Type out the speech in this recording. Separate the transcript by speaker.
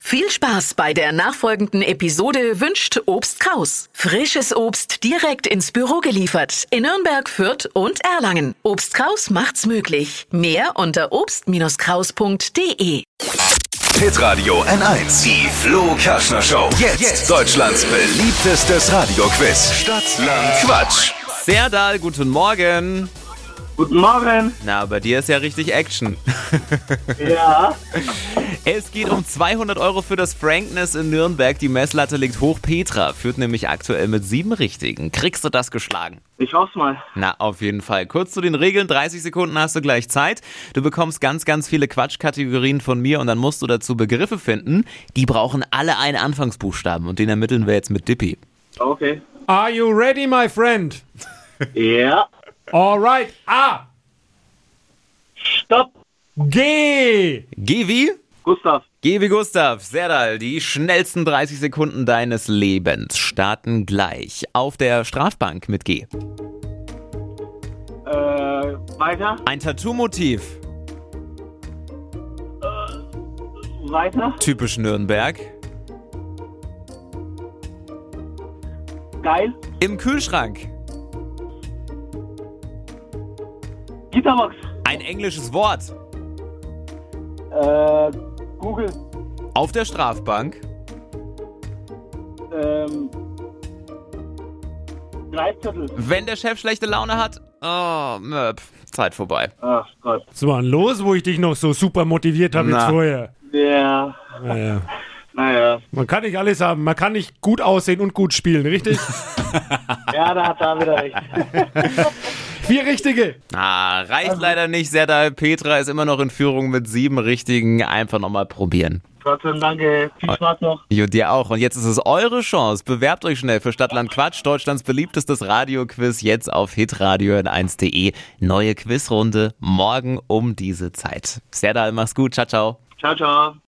Speaker 1: Viel Spaß bei der nachfolgenden Episode wünscht Obst Kraus. Frisches Obst direkt ins Büro geliefert in Nürnberg, Fürth und Erlangen. Obst Kraus macht's möglich. Mehr unter obst-kraus.de.
Speaker 2: Pit Radio N1, die Flo Kaschner Show. Jetzt, Deutschlands beliebtestes Radioquiz. Stadt, Land, Quatsch.
Speaker 3: Serdal, guten Morgen.
Speaker 4: Guten Morgen.
Speaker 3: Na, bei dir ist ja richtig Action.
Speaker 4: Ja.
Speaker 3: Es geht um 200 Euro für das Frankness in Nürnberg. Die Messlatte liegt hoch. Petra führt nämlich aktuell mit sieben Richtigen. Kriegst du das geschlagen?
Speaker 4: Ich hoff's mal.
Speaker 3: Na, auf jeden Fall. Kurz zu den Regeln. 30 Sekunden hast du gleich Zeit. Du bekommst ganz, ganz viele Quatschkategorien von mir und dann musst du dazu Begriffe finden. Die brauchen alle einen Anfangsbuchstaben und den ermitteln wir jetzt mit Dippy.
Speaker 4: Okay.
Speaker 5: Are you ready, my friend?
Speaker 4: Ja.
Speaker 5: All right. A.
Speaker 4: Stopp.
Speaker 5: G.
Speaker 3: Geh wie?
Speaker 4: Gustav.
Speaker 3: Geh wie Gustav, Serdal, die schnellsten 30 Sekunden deines Lebens starten gleich auf der Strafbank mit G.
Speaker 4: Äh, weiter.
Speaker 3: Ein Tattoo-Motiv,
Speaker 4: Weiter.
Speaker 3: typisch Nürnberg.
Speaker 4: Geil.
Speaker 3: Im Kühlschrank,
Speaker 4: Gitterbox.
Speaker 3: ein englisches Wort.
Speaker 4: Äh, Google.
Speaker 3: Auf der Strafbank,
Speaker 4: Ähm. Dreiviertel.
Speaker 3: wenn der Chef schlechte Laune hat. Oh, Möp. Zeit vorbei.
Speaker 4: Ach Gott.
Speaker 5: Das war ein Los, wo ich dich noch so super motiviert habe
Speaker 3: Na.
Speaker 5: jetzt vorher.
Speaker 4: Ja.
Speaker 5: Naja.
Speaker 4: Naja.
Speaker 5: Man kann nicht alles haben. Man kann nicht gut aussehen und gut spielen, richtig?
Speaker 4: Ja, da hat er wieder recht.
Speaker 5: Vier richtige.
Speaker 3: Ah, reicht leider nicht, Serdal. Petra ist immer noch in Führung mit sieben richtigen. Einfach nochmal probieren.
Speaker 4: Trotzdem danke. Viel Spaß noch.
Speaker 3: Jo, dir auch. Und jetzt ist es eure Chance. Bewerbt euch schnell für Stadtland Quatsch, Deutschlands beliebtestes Radioquiz, jetzt auf hitradio n1.de. Neue Quizrunde morgen um diese Zeit. Serdal, mach's gut. Ciao, ciao.
Speaker 4: Ciao, ciao.